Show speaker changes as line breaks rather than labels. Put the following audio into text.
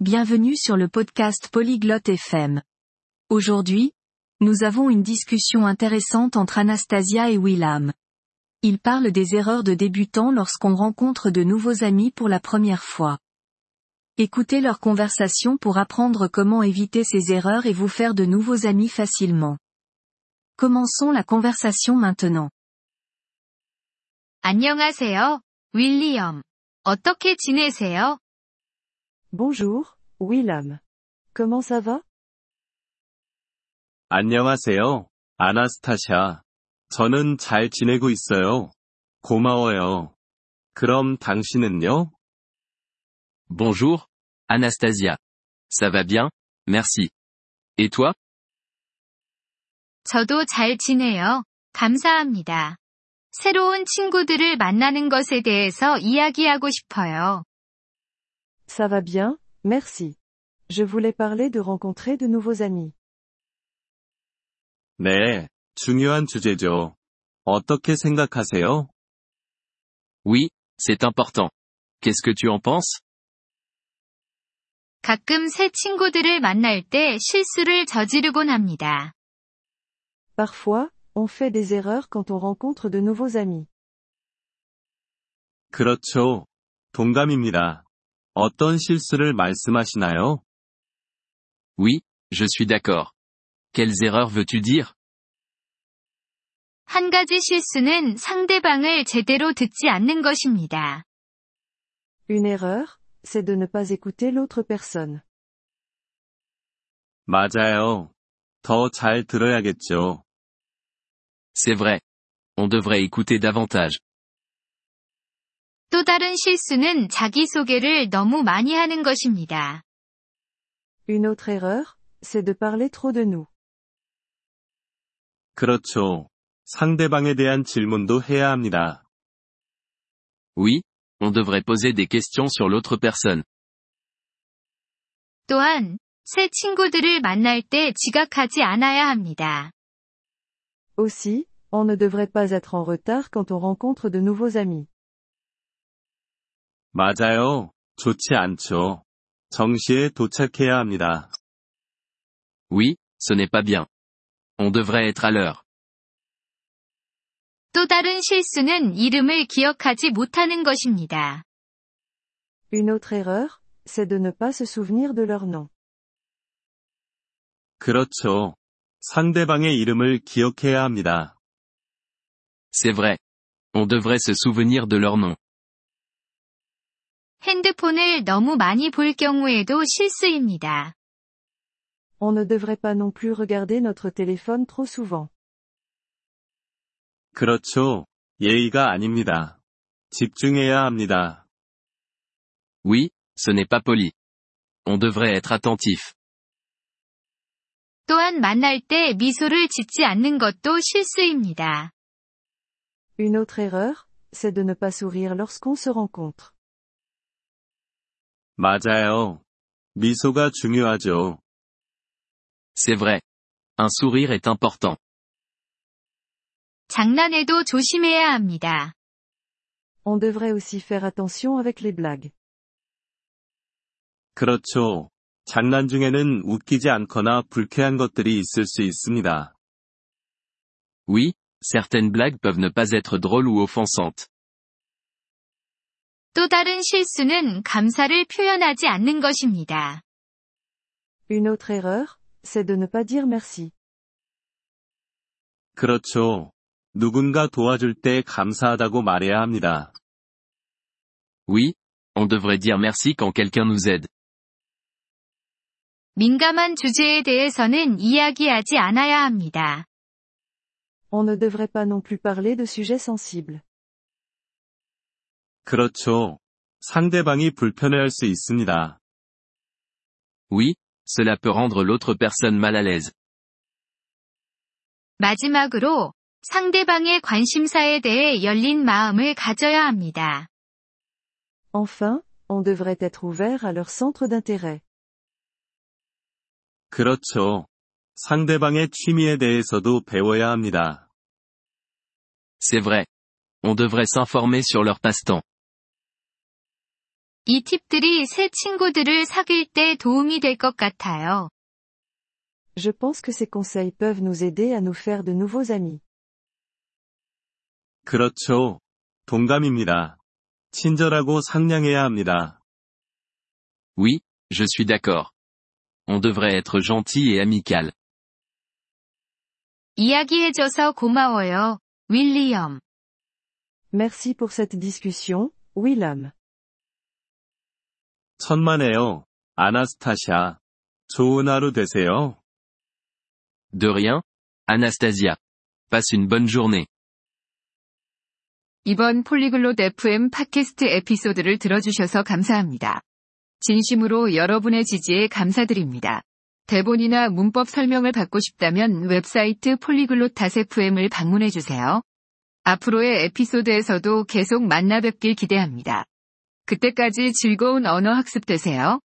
Bienvenue sur le podcast Polyglotte FM. Aujourd'hui, nous avons une discussion intéressante entre Anastasia et Willam. Ils parlent des erreurs de débutants lorsqu'on rencontre de nouveaux amis pour la première fois. Écoutez leur conversation pour apprendre comment éviter ces erreurs et vous faire de nouveaux amis facilement. Commençons la conversation maintenant.
안녕하세요, 윌리엄. 어떻게 지내세요?
Bonjour, Willam. Comment ça va
안녕하세요, 아나스타샤. 저는 잘 지내고 있어요. 고마워요. 그럼 당신은요?
Bonjour, Anastasia. Ça va bien, merci. Et toi
저도 잘 지내요. 감사합니다. 새로운 친구들을 만나는 것에 대해서 이야기하고 싶어요.
Ça va bien, merci. Je voulais parler de rencontrer de nouveaux amis.
네, 중요한 주제죠. 어떻게 생각하세요?
Oui, c'est important. Qu'est-ce que tu en penses
가끔 새 친구들을 만날 때 실수를 저지르곤 합니다.
Parfois, on fait des erreurs quand on rencontre de nouveaux amis.
그렇죠. 동감입니다. 어떤 실수를 말씀하시나요?
Oui, je suis d'accord. Quelles erreurs veux-tu dire
한 가지 실수는 상대방을 제대로 듣지 않는 것입니다.
Une erreur, c'est de ne pas écouter l'autre personne.
맞아요. 더 잘 들어야겠죠.
C'est vrai. On devrait écouter davantage.
또 다른 실수는 자기소개를 너무 많이 하는 것입니다.
Une autre erreur, c'est de parler trop de nous.
그렇죠. 상대방에 대한 질문도 해야 합니다.
Oui, on devrait poser des questions sur l'autre personne.
또한, 새 친구들을 만날 때 지각하지 않아야 합니다.
Aussi, on ne devrait pas être en retard quand on rencontre de nouveaux amis.
맞아요. 좋지 않죠. 정시에 도착해야 합니다.
Oui, ce n'est pas bien. On devrait être à l'heure.
또 다른 실수는 이름을 기억하지 못하는 것입니다.
Une autre erreur, c'est de ne pas se souvenir de leur nom.
그렇죠. 상대방의 이름을 기억해야 합니다.
C'est vrai. On devrait se souvenir de leur nom.
핸드폰을 너무 많이 볼 경우에도 실수입니다.
On ne devrait pas non plus regarder notre téléphone trop souvent.
그렇죠. 예의가 아닙니다. 집중해야 합니다.
Oui, ce n'est pas poli. On devrait être attentif.
또한 만날 때 미소를 짓지 않는 것도 실수입니다.
Une autre erreur, c'est de ne pas sourire lorsqu'on se rencontre.
맞아요. 미소가 중요하죠.
C'est vrai. Un sourire est important.
장난에도 조심해야 합니다.
On devrait aussi faire attention avec les blagues.
그렇죠. 장난 중에는 웃기지 않거나 불쾌한 것들이 있을 수 있습니다.
Oui, certaines blagues peuvent ne pas être drôles ou offensantes.
또 다른 실수는 감사를 표현하지 않는 것입니다.
Une autre erreur, c'est de ne pas dire merci.
그렇죠. 누군가 도와줄 때 감사하다고 말해야 합니다.
Oui, on devrait dire merci quand quelqu'un nous aide.
민감한 주제에 대해서는 이야기하지 않아야 합니다.
On ne devrait pas non plus parler de sujets sensibles.
그렇죠. 상대방이 불편해할 수 있습니다.
Oui, cela peut rendre l'autre personne mal à l'aise.
마지막으로 상대방의 관심사에 대해 열린 마음을 가져야 합니다.
Enfin, on devrait être ouvert à leur centre d'intérêt.
그렇죠. 상대방의 취미에 대해서도 배워야 합니다.
C'est vrai. On devrait s'informer sur leur passe-temps.
이 팁들이 새 친구들을 사귈 때 도움이 될 것 같아요.
Je pense que ces conseils peuvent nous aider à nous faire de nouveaux amis.
그렇죠. 동감입니다. 친절하고 상냥해야 합니다.
Oui, je suis d'accord. On devrait être gentil et amical.
이야기해줘서 고마워요, 윌리엄.
Merci pour cette discussion, Willem.
천만에요. 아나스타샤. 좋은 하루 되세요.
De rien, Anastasia. Passe une bonne journée.
이번 폴리글롯 FM 팟캐스트 에피소드를 들어주셔서 감사합니다. 진심으로 여러분의 지지에 감사드립니다. 대본이나 문법 설명을 받고 싶다면 웹사이트 폴리글롯 FM을 방문해주세요. 앞으로의 에피소드에서도 계속 만나 뵙길 기대합니다. 그때까지 즐거운 언어 학습 되세요.